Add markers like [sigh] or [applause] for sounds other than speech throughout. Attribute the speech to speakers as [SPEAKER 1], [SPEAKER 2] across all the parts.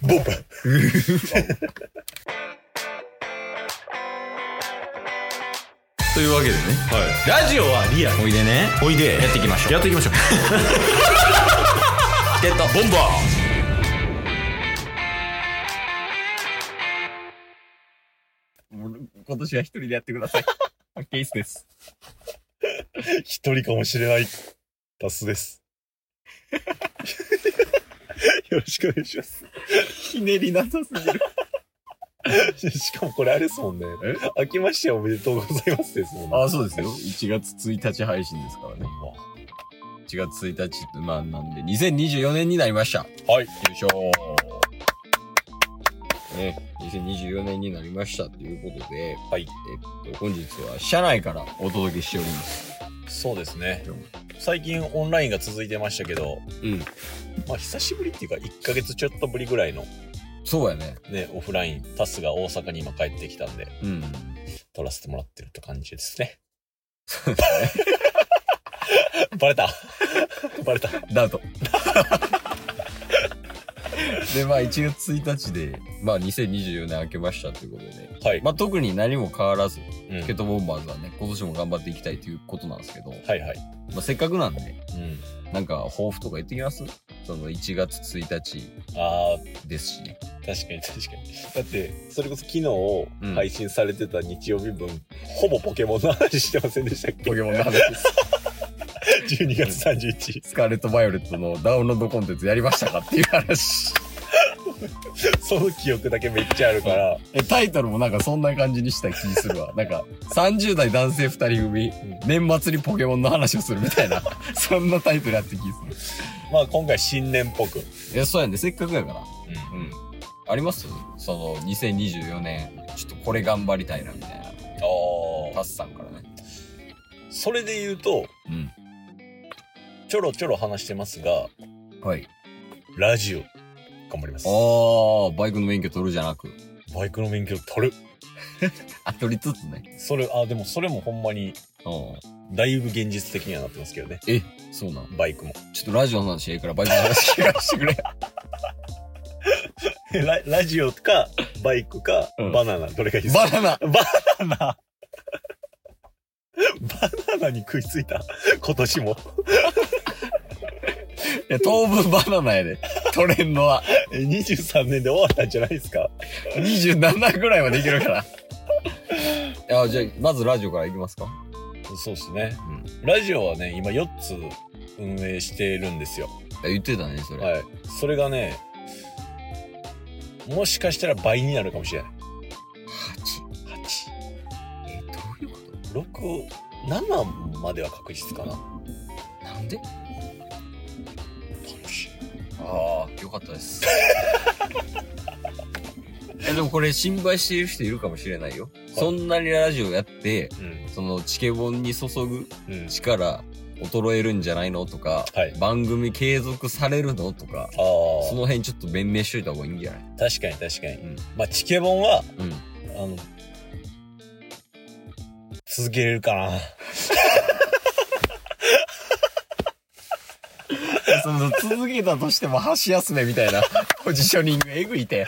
[SPEAKER 1] ボンバー
[SPEAKER 2] というわけでね
[SPEAKER 1] はい。ラジオはリアル。
[SPEAKER 2] おいでね
[SPEAKER 1] おいで。
[SPEAKER 2] やっていきましょう
[SPEAKER 1] やってい
[SPEAKER 2] [laughs]
[SPEAKER 1] きましょう。
[SPEAKER 2] チケット
[SPEAKER 1] ボンバ
[SPEAKER 3] 今年は一人でやってくだ
[SPEAKER 2] [laughs]
[SPEAKER 3] さい。オッケーイスです。
[SPEAKER 1] ー一人かもしれない。タスです。 [laughs] よろしくお願いします。
[SPEAKER 3] ひねりなさすぎる。
[SPEAKER 1] しかもこれあれですもんね。
[SPEAKER 3] え
[SPEAKER 1] 明けましておめでとうございますですもんね。
[SPEAKER 3] あ、そうですよ。1月1日配信ですからね。1月1日、まあなんで、2024年になりました。
[SPEAKER 1] はい。
[SPEAKER 3] 優勝。ね、2024年になりましたということで、
[SPEAKER 1] はい。
[SPEAKER 3] えっと、本日は社内からお届けしております。
[SPEAKER 1] そうですね。最近オンラインが続いてましたけど、
[SPEAKER 3] うん
[SPEAKER 1] まあ久しぶりっていうか1ヶ月ちょっとぶりぐらいの
[SPEAKER 3] そうやね。
[SPEAKER 1] ね、オフライン、タスが大阪に今帰ってきたんで、
[SPEAKER 3] うん。
[SPEAKER 1] 撮らせてもらってるって感じですね。 [laughs] バ [laughs] レたバレた。
[SPEAKER 3] だと。 [laughs] で、まあ1月1日で、まあ2024年明けましたということで、
[SPEAKER 1] はい。
[SPEAKER 3] まあ特に何も変わらず、
[SPEAKER 1] うん
[SPEAKER 3] チケットボンバーズはね、今年も頑張っていきたいということなんですけど、
[SPEAKER 1] はいはい。
[SPEAKER 3] まあ、せっかくなんで、
[SPEAKER 1] うん。
[SPEAKER 3] なんか抱負とか言ってきますその1月1日
[SPEAKER 1] あー、
[SPEAKER 3] ですしね。
[SPEAKER 1] 確かに確かに。だって、それこそ昨日配信されてた日曜日分、ほぼポケモンの話してませんでしたっ
[SPEAKER 3] [laughs]
[SPEAKER 1] け
[SPEAKER 3] ポケモンの話です。
[SPEAKER 1] ?12 月31日。
[SPEAKER 3] スカーレット・バイオレットのダウンロードコンテンツやりましたかっていう話。
[SPEAKER 1] その記憶だけめっちゃあるから、
[SPEAKER 3] え、タイトルもなんかそんな感じにした気するわ。なんか、30代男性2人組、年末にポケモンの話をするみたいな、そんなタイトルやって気す
[SPEAKER 1] まあ今回新年っぽく。
[SPEAKER 3] る。いや、そうやね。せっかくやから。
[SPEAKER 1] う
[SPEAKER 3] うん。ありますその、2024年、ちょっとこれ頑張りたいなみたいな。
[SPEAKER 1] ん。あ
[SPEAKER 3] タ
[SPEAKER 1] あ。
[SPEAKER 3] スさんからね。
[SPEAKER 1] それで言うと、
[SPEAKER 3] う
[SPEAKER 1] ちょろちょろ話してますが、
[SPEAKER 3] ん。はい。
[SPEAKER 1] ラジオ、頑張ります。
[SPEAKER 3] ああ、バイクの免許取るじゃなく。
[SPEAKER 1] バイクの免許取る。
[SPEAKER 3] あ、取りつつね。
[SPEAKER 1] それ、あ、でもそれもほんまに、
[SPEAKER 3] うん。
[SPEAKER 1] だいぶ現実的にはなってますけどね。
[SPEAKER 3] え、そうなの
[SPEAKER 1] バイクも。 [laughs]
[SPEAKER 3] ちょっとラジオの話ええからバイクの話聞かせてくれ。
[SPEAKER 1] ララジオか、バイクか、
[SPEAKER 3] うん
[SPEAKER 1] バナナ、どれがいいですか
[SPEAKER 3] [laughs] バナナ
[SPEAKER 1] バナナバナナに食いついた。今年も。
[SPEAKER 3] いや、当分バナナやで。取れんのは。
[SPEAKER 1] え23年で終わったんじゃないですか
[SPEAKER 3] 27ぐらいまでいける [laughs] から。いや、じゃあ、まずラジオからいきますか。
[SPEAKER 1] そうですね。
[SPEAKER 3] うん。
[SPEAKER 1] ラジオはね、今4つ運営してるんですよ。
[SPEAKER 3] 言ってたね、それ。
[SPEAKER 1] はい。それがね、もしかしたら倍になるかもしれない。
[SPEAKER 3] 八。
[SPEAKER 1] 8、
[SPEAKER 3] え、どういうこ
[SPEAKER 1] 6、7までは確実かな。
[SPEAKER 3] となんで
[SPEAKER 1] 楽しい。
[SPEAKER 3] ああ、よかったです。 [laughs] え、でもこれ心配している人いるかもしれないよ。そんなにラジオやって、
[SPEAKER 1] うん。
[SPEAKER 3] そのチケボンに注ぐ
[SPEAKER 1] うん。
[SPEAKER 3] 力衰えるんじゃないのとか、
[SPEAKER 1] はい
[SPEAKER 3] 番組継続されるのとか、
[SPEAKER 1] あ
[SPEAKER 3] その辺ちょっと弁明しといた方がいいんじゃない
[SPEAKER 1] あ、確かに確かに。
[SPEAKER 3] うん。
[SPEAKER 1] まあ、チケボンは、
[SPEAKER 3] うん。
[SPEAKER 1] あの、続けれるかな。 [laughs]
[SPEAKER 3] その続けたとしても箸休めみたい [laughs] なポジショニングえぐいて、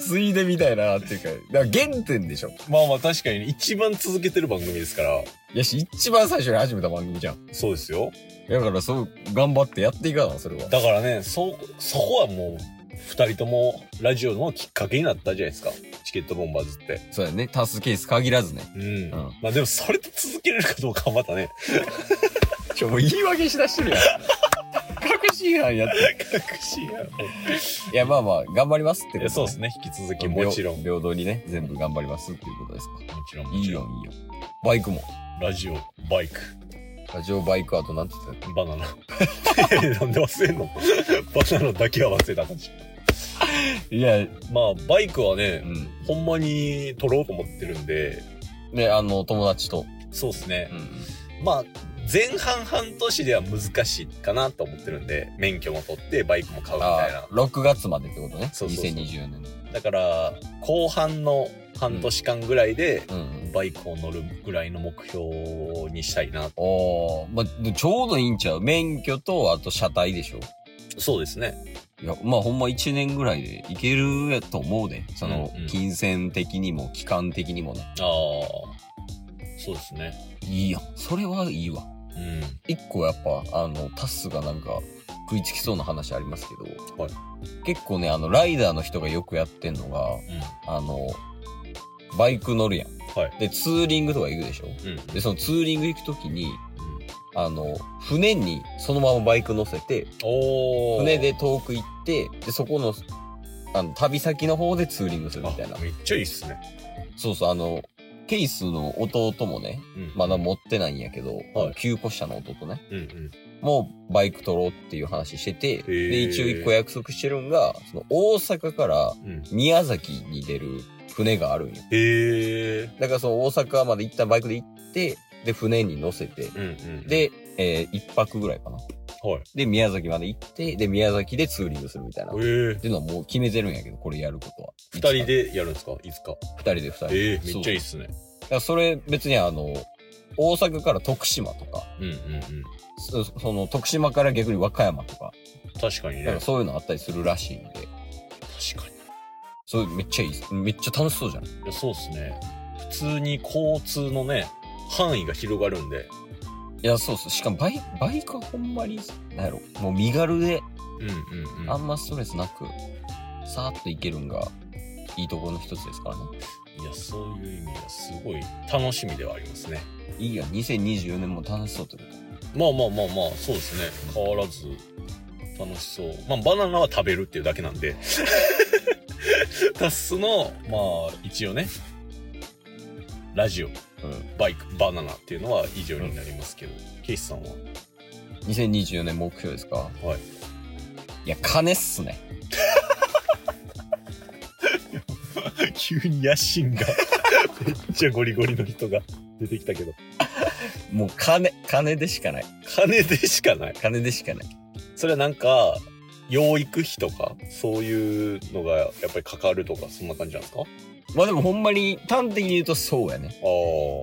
[SPEAKER 3] ついでみたいなっていうか、だから原点でしょ。
[SPEAKER 1] まあまあ確かに、ね、一番続けてる番組ですから。
[SPEAKER 3] やし、一番最初に始めた番組じゃん。
[SPEAKER 1] そうですよ。
[SPEAKER 3] だからそう、頑張ってやっていかな、それは。
[SPEAKER 1] だからね、そ、そこはもう、二人ともラジオのきっかけになったじゃないですか。チケットボンバーズって。
[SPEAKER 3] そうやね。多数ケース限らずね。
[SPEAKER 1] うん。
[SPEAKER 3] ん
[SPEAKER 1] まあでもそれと続けれるかどうかはまたね、 [laughs]
[SPEAKER 3] ちょ、もう言い訳しだしてるやん。確信犯やって。
[SPEAKER 1] 確信や。
[SPEAKER 3] いや、まあまあ、頑張りますってこと、
[SPEAKER 1] いやそうですね。引き続き、
[SPEAKER 3] 平
[SPEAKER 1] もちろん。も
[SPEAKER 3] 平等にね、全部頑張りますっていうことですか。
[SPEAKER 1] ちろん、も
[SPEAKER 3] いい
[SPEAKER 1] ちろん。
[SPEAKER 3] よ、いいよ。バイクも。
[SPEAKER 1] ラジオ、バイク、
[SPEAKER 3] ラジオバイクアートなんて言ってたっ
[SPEAKER 1] バナ [laughs]
[SPEAKER 3] け
[SPEAKER 1] ナ。えなんで忘れんのバナナだけは忘れた感じ。
[SPEAKER 3] いや、う
[SPEAKER 1] まあ、バイクはね、
[SPEAKER 3] ん。
[SPEAKER 1] ほんまに撮ろうと思ってるんで、
[SPEAKER 3] で、あの、友達と。
[SPEAKER 1] そうですね。
[SPEAKER 3] ん。
[SPEAKER 1] まあ、前半半年では難しいかなと思ってるんで、免許も取ってバイクも買うみたい
[SPEAKER 3] あ
[SPEAKER 1] な
[SPEAKER 3] あ、。6月までってことね。
[SPEAKER 1] そうそうそう
[SPEAKER 3] 2024年の。
[SPEAKER 1] だから、後半の半年間ぐらいで、
[SPEAKER 3] うん。
[SPEAKER 1] バイクを乗るぐらいの目標にしたいな。
[SPEAKER 3] おー、まあ、ちょうどいいんちゃう免許と、あと車体でしょ
[SPEAKER 1] そうですね。
[SPEAKER 3] いや、まあほんま1年ぐらいでいけるやと思うで。その
[SPEAKER 1] うんうん、
[SPEAKER 3] 金銭的にも、期間的にもね。
[SPEAKER 1] ああ。そうですね。
[SPEAKER 3] いいやん。それはいいわ。
[SPEAKER 1] うん。
[SPEAKER 3] 一個やっぱ、あの、タスがなんか、食いつきそうな話ありますけど、
[SPEAKER 1] はい
[SPEAKER 3] 結構ね、あの、ライダーの人がよくやってんのが、あの、バイク乗るやん。
[SPEAKER 1] は
[SPEAKER 3] で、ツーリングとか行くでしょ
[SPEAKER 1] うん。うん。
[SPEAKER 3] で、そのツーリング行くときに、
[SPEAKER 1] うん
[SPEAKER 3] あの、船にそのままバイク乗せて、
[SPEAKER 1] おー。
[SPEAKER 3] 船で遠く行って、で、そこの、あの、旅先の方でツーリングするみたいな
[SPEAKER 1] あ。めっちゃいいっすね。
[SPEAKER 3] そうそう、あの、ケイスの弟もね、
[SPEAKER 1] うん
[SPEAKER 3] まだ持ってないんやけど、
[SPEAKER 1] はい
[SPEAKER 3] 中古車の弟ね、
[SPEAKER 1] うんうん。
[SPEAKER 3] もうバイク取ろうっていう話してて、
[SPEAKER 1] ー
[SPEAKER 3] で、一応一個約束してるんが、その大阪から
[SPEAKER 1] うん。
[SPEAKER 3] 宮崎に出る船があるんよ。
[SPEAKER 1] へえ。
[SPEAKER 3] だからその大阪まで一旦バイクで行って、で、船に乗せて、
[SPEAKER 1] うんうん。、
[SPEAKER 3] で、えー一泊ぐらいかな。
[SPEAKER 1] はい。
[SPEAKER 3] で、宮崎まで行って、で、宮崎でツーリングするみたいな。っ
[SPEAKER 1] ええ。
[SPEAKER 3] ていうのはもう決めてるんやけど、これやることは。
[SPEAKER 1] 二人。でやるんですかいつか。
[SPEAKER 3] 二人で二人で。
[SPEAKER 1] ええ、めっちゃいいっ
[SPEAKER 3] そう
[SPEAKER 1] すね。
[SPEAKER 3] だからそれ別にあの、大阪から徳島とか、
[SPEAKER 1] うんうんうん。
[SPEAKER 3] そその徳島から逆に和歌山とか、
[SPEAKER 1] 確かに
[SPEAKER 3] なん
[SPEAKER 1] ね
[SPEAKER 3] か。そういうのあったりするらしいんで、
[SPEAKER 1] 確かに。
[SPEAKER 3] それめっちゃいいっす。めっちゃ楽しそうじゃん。
[SPEAKER 1] いや、そうっすね。普通に交通のね、範囲が広がるんで。
[SPEAKER 3] いや、そうそう。しかもバイバイクはほんまに、なんやろ、もう身軽で、
[SPEAKER 1] うんうんうん。
[SPEAKER 3] あんまストレスなく、さーっといけるんが、いいところの一つですからね。
[SPEAKER 1] いや、そういう意味がすごい楽しみではありますね。
[SPEAKER 3] いいや、2024年も楽しそうってこ
[SPEAKER 1] まあまあまあまあ、そうですね。変わらず楽しそう。まあ、バナナは食べるっていうだけなんで。 [laughs] タスの、まあ、一応ね、ラジオ、
[SPEAKER 3] と。うん。
[SPEAKER 1] バイク、バナナっていうのは以上になりますけど、ケイスさんは、
[SPEAKER 3] 2024年目標ですか
[SPEAKER 1] はい。
[SPEAKER 3] いや、金っすね。
[SPEAKER 1] [laughs] 急に野心が、 [laughs] めっちゃゴリゴリの人が出てきたけど、
[SPEAKER 3] もう金、金でしかない。
[SPEAKER 1] 金でしかない。
[SPEAKER 3] 金でしかない。
[SPEAKER 1] それはなんか、養育費とか、そういうのがやっぱりかかるとか、そんな感じなんですかあ
[SPEAKER 3] まあでもほんまに端的に言うとそうやね。
[SPEAKER 1] あ。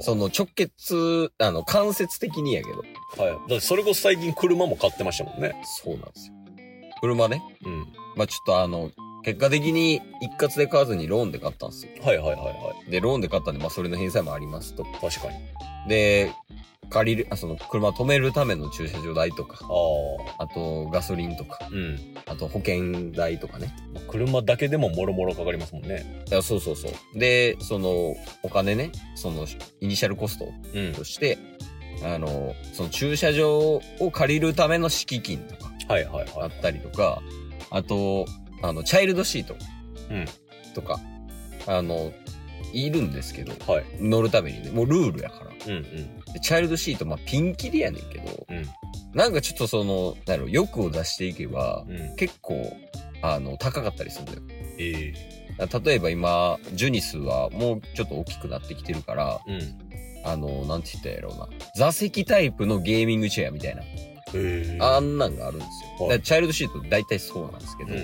[SPEAKER 3] その直結、あの、間接的にやけど。
[SPEAKER 1] はい。だってそれこそ最近車も買ってましたもんね。
[SPEAKER 3] そうなんですよ。車ね。
[SPEAKER 1] うん。
[SPEAKER 3] まあちょっとあの、結果的に一括で買わずにローンで買ったんですよ。
[SPEAKER 1] はいはいはいは
[SPEAKER 3] で、ローンで買ったんで、まあそれの返済もありますと。
[SPEAKER 1] い。確かに。
[SPEAKER 3] で、借りる、あその車止めるための駐車場代とか、
[SPEAKER 1] ああ。
[SPEAKER 3] あとガソリンとか、
[SPEAKER 1] うん。
[SPEAKER 3] あと保険代とかね。
[SPEAKER 1] まあ車だけでももろもろかかりますもんね。
[SPEAKER 3] いやそうそうそう。で、その、お金ね、その、イニシャルコスト
[SPEAKER 1] うん
[SPEAKER 3] として、あの、その駐車場を借りるための敷金とか
[SPEAKER 1] はいはい
[SPEAKER 3] あ
[SPEAKER 1] は
[SPEAKER 3] っ
[SPEAKER 1] い。
[SPEAKER 3] たりとか、あと、あの、チャイルドシート
[SPEAKER 1] うん
[SPEAKER 3] とか、あの、いるんですけど、
[SPEAKER 1] はい。
[SPEAKER 3] 乗るためにね、もうルールやか
[SPEAKER 1] う
[SPEAKER 3] ら。
[SPEAKER 1] んうん。
[SPEAKER 3] でチャイルドシート、まあ、ピンキリやねんけど、
[SPEAKER 1] うん
[SPEAKER 3] なんかちょっとその、なんやろ、欲を出していけば、
[SPEAKER 1] うん。
[SPEAKER 3] 結構、あの、高かったりするんだよ。
[SPEAKER 1] え
[SPEAKER 3] 例えば今ジュニスはもうちょっと大きくなってきてるから
[SPEAKER 1] えうん。
[SPEAKER 3] あのなんて言ったらやろうな座席タイプのゲーミングチェアみたいな、
[SPEAKER 1] ええ
[SPEAKER 3] あんなんがあるんですよ、
[SPEAKER 1] はい
[SPEAKER 3] だからチャイルドシート大体そうなんですけ
[SPEAKER 1] うん
[SPEAKER 3] ど、
[SPEAKER 1] うん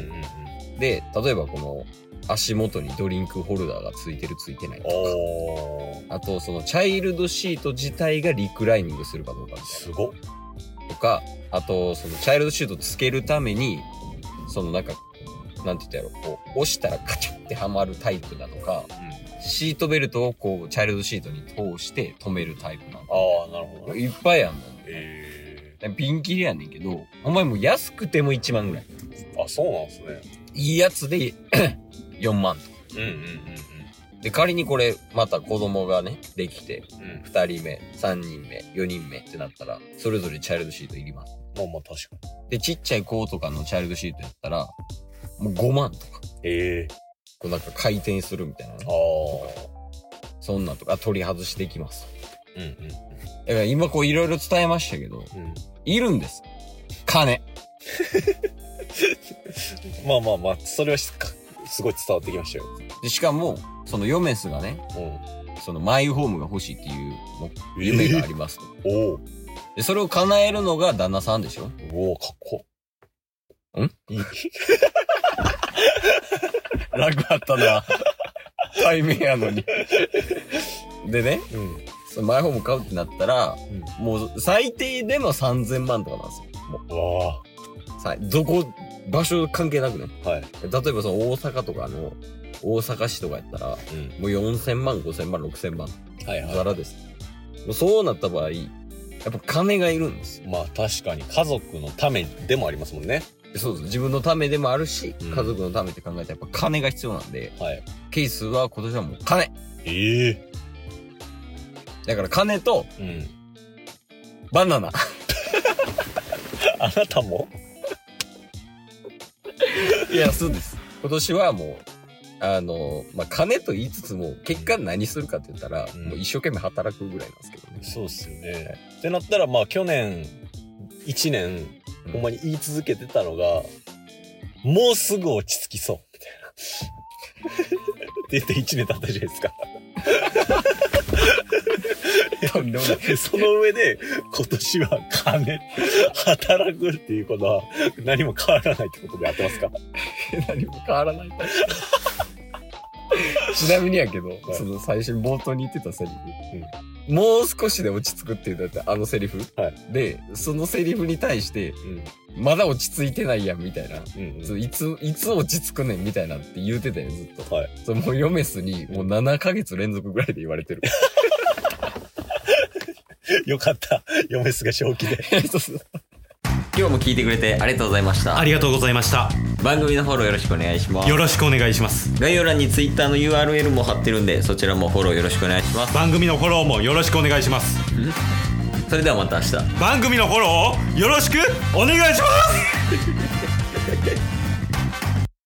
[SPEAKER 1] うん。
[SPEAKER 3] で例えばこの足元にドリンクホルダーがついてるついてないとか
[SPEAKER 1] おー。
[SPEAKER 3] あとそのチャイルドシート自体がリクライニングするかどうかみたい
[SPEAKER 1] すごっ。
[SPEAKER 3] なとかあとそのチャイルドシートつけるためにそのなんかなんて言ったらやろうこう押したらカチャってはまるタイプだとか
[SPEAKER 1] うん。
[SPEAKER 3] シートベルトをこう、チャイルドシートに通して止めるタイプなの。
[SPEAKER 1] ああ、なるほどね。
[SPEAKER 3] いっぱいあんのよ
[SPEAKER 1] え
[SPEAKER 3] だからピンキリやねんけど、お前もう安くても1万ぐらい。
[SPEAKER 1] えあ、そうなんですね。
[SPEAKER 3] いいやつで [coughs] 4万と。
[SPEAKER 1] うんうん
[SPEAKER 3] で、仮にこれ、また子供がね、できて、
[SPEAKER 1] うんうん。うん。
[SPEAKER 3] 2人目、3人目、4人目ってなったら、それぞれチャイルドシートいります。
[SPEAKER 1] まあまあ確かに。
[SPEAKER 3] で、ちっちゃい子とかのチャイルドシートやったら、もう5万とか。
[SPEAKER 1] ええ
[SPEAKER 3] こうなんか回転するみたいなね、
[SPEAKER 1] ああ。
[SPEAKER 3] そんなんとか、あ取り外していきます。
[SPEAKER 1] うんうん
[SPEAKER 3] だから今こういろいろ伝えましたけど、
[SPEAKER 1] うん。
[SPEAKER 3] いるんです。金。
[SPEAKER 1] まあまあまあ、それはしかすごい伝わってきましたよ。
[SPEAKER 3] で、しかも、そのヨメスがね、
[SPEAKER 1] うん。
[SPEAKER 3] そのマイホームが欲しいっていうも夢がありますと。
[SPEAKER 1] おお。
[SPEAKER 3] で、それを叶えるのが旦那さんでしょ
[SPEAKER 1] おお、かっこ。
[SPEAKER 3] ん
[SPEAKER 1] いい
[SPEAKER 3] 楽あったな。対面やのに。でね、
[SPEAKER 1] うん。
[SPEAKER 3] そのマイホーム買うってなったら、もう最低でも3000万とかなんですよ。も
[SPEAKER 1] うん。わ
[SPEAKER 3] う、さどこ、場所関係なくね。
[SPEAKER 1] あ。はい。
[SPEAKER 3] 例えばその大阪とかの、大阪市とかやったら、も
[SPEAKER 1] うん。
[SPEAKER 3] う4000万、5000万、6000万、
[SPEAKER 1] はい
[SPEAKER 3] ざらです。もうそうなった場合、やっぱ金がいるんですよ。
[SPEAKER 1] い。まあ確かに家族のためでもありますもんね。
[SPEAKER 3] そうです。自分のためでもあるし、
[SPEAKER 1] うん
[SPEAKER 3] 家族のためって考えたらやっぱ金が必要なんで、
[SPEAKER 1] はい。
[SPEAKER 3] ケースは今年はもう金
[SPEAKER 1] ええ
[SPEAKER 3] だから金と
[SPEAKER 1] うん。
[SPEAKER 3] バナナ。
[SPEAKER 1] あなたも
[SPEAKER 3] いや、そうです。今年はもう、あの、まあ、金と言いつつも、結果何するかって言ったら、
[SPEAKER 1] うん
[SPEAKER 3] もう一生懸命働くぐらいなんですけどね。
[SPEAKER 1] そうっすよね。ってなったらまあ去年1年
[SPEAKER 3] うん
[SPEAKER 1] ほんまに言い続けてたのがもうすぐ落ち着きそうみたいな。って言って1年経ったじゃないですか。
[SPEAKER 3] とんでもない。
[SPEAKER 1] でその上で今年は金働くっていうことは何も変わらないってことでやってますか
[SPEAKER 3] 何も変わらない。 [laughs] ちなみにやけど、
[SPEAKER 1] い
[SPEAKER 3] その最初に冒頭に言ってたセリフ、もう少しで落ち着くって言ったあのセリフ、
[SPEAKER 1] は
[SPEAKER 3] で、そのセリフに対して、
[SPEAKER 1] うん。
[SPEAKER 3] まだ落ち着いてないやんみたいな。
[SPEAKER 1] うん、
[SPEAKER 3] そういつ、いつ落ち着くねんみたいなって言うてたよ、ずっと。
[SPEAKER 1] はい。
[SPEAKER 3] それもうヨメスにもう7ヶ月連続ぐらいで言わ
[SPEAKER 1] [laughs]
[SPEAKER 3] れてる。
[SPEAKER 1] よかった。嫁すが正気で。
[SPEAKER 4] 今日も聞いてくれてありがとうございました
[SPEAKER 5] ありがとうございました。
[SPEAKER 4] 番組のフォローよろしくお願いします
[SPEAKER 5] よろしくお願いします。
[SPEAKER 4] 概要欄に Twitter の URL も貼ってるんでそちらもフォローよろしくお願いします
[SPEAKER 5] 番組のフォローもよろしくお願いします。
[SPEAKER 4] それではまた明日
[SPEAKER 5] 番組のフォローをよろしくお願いします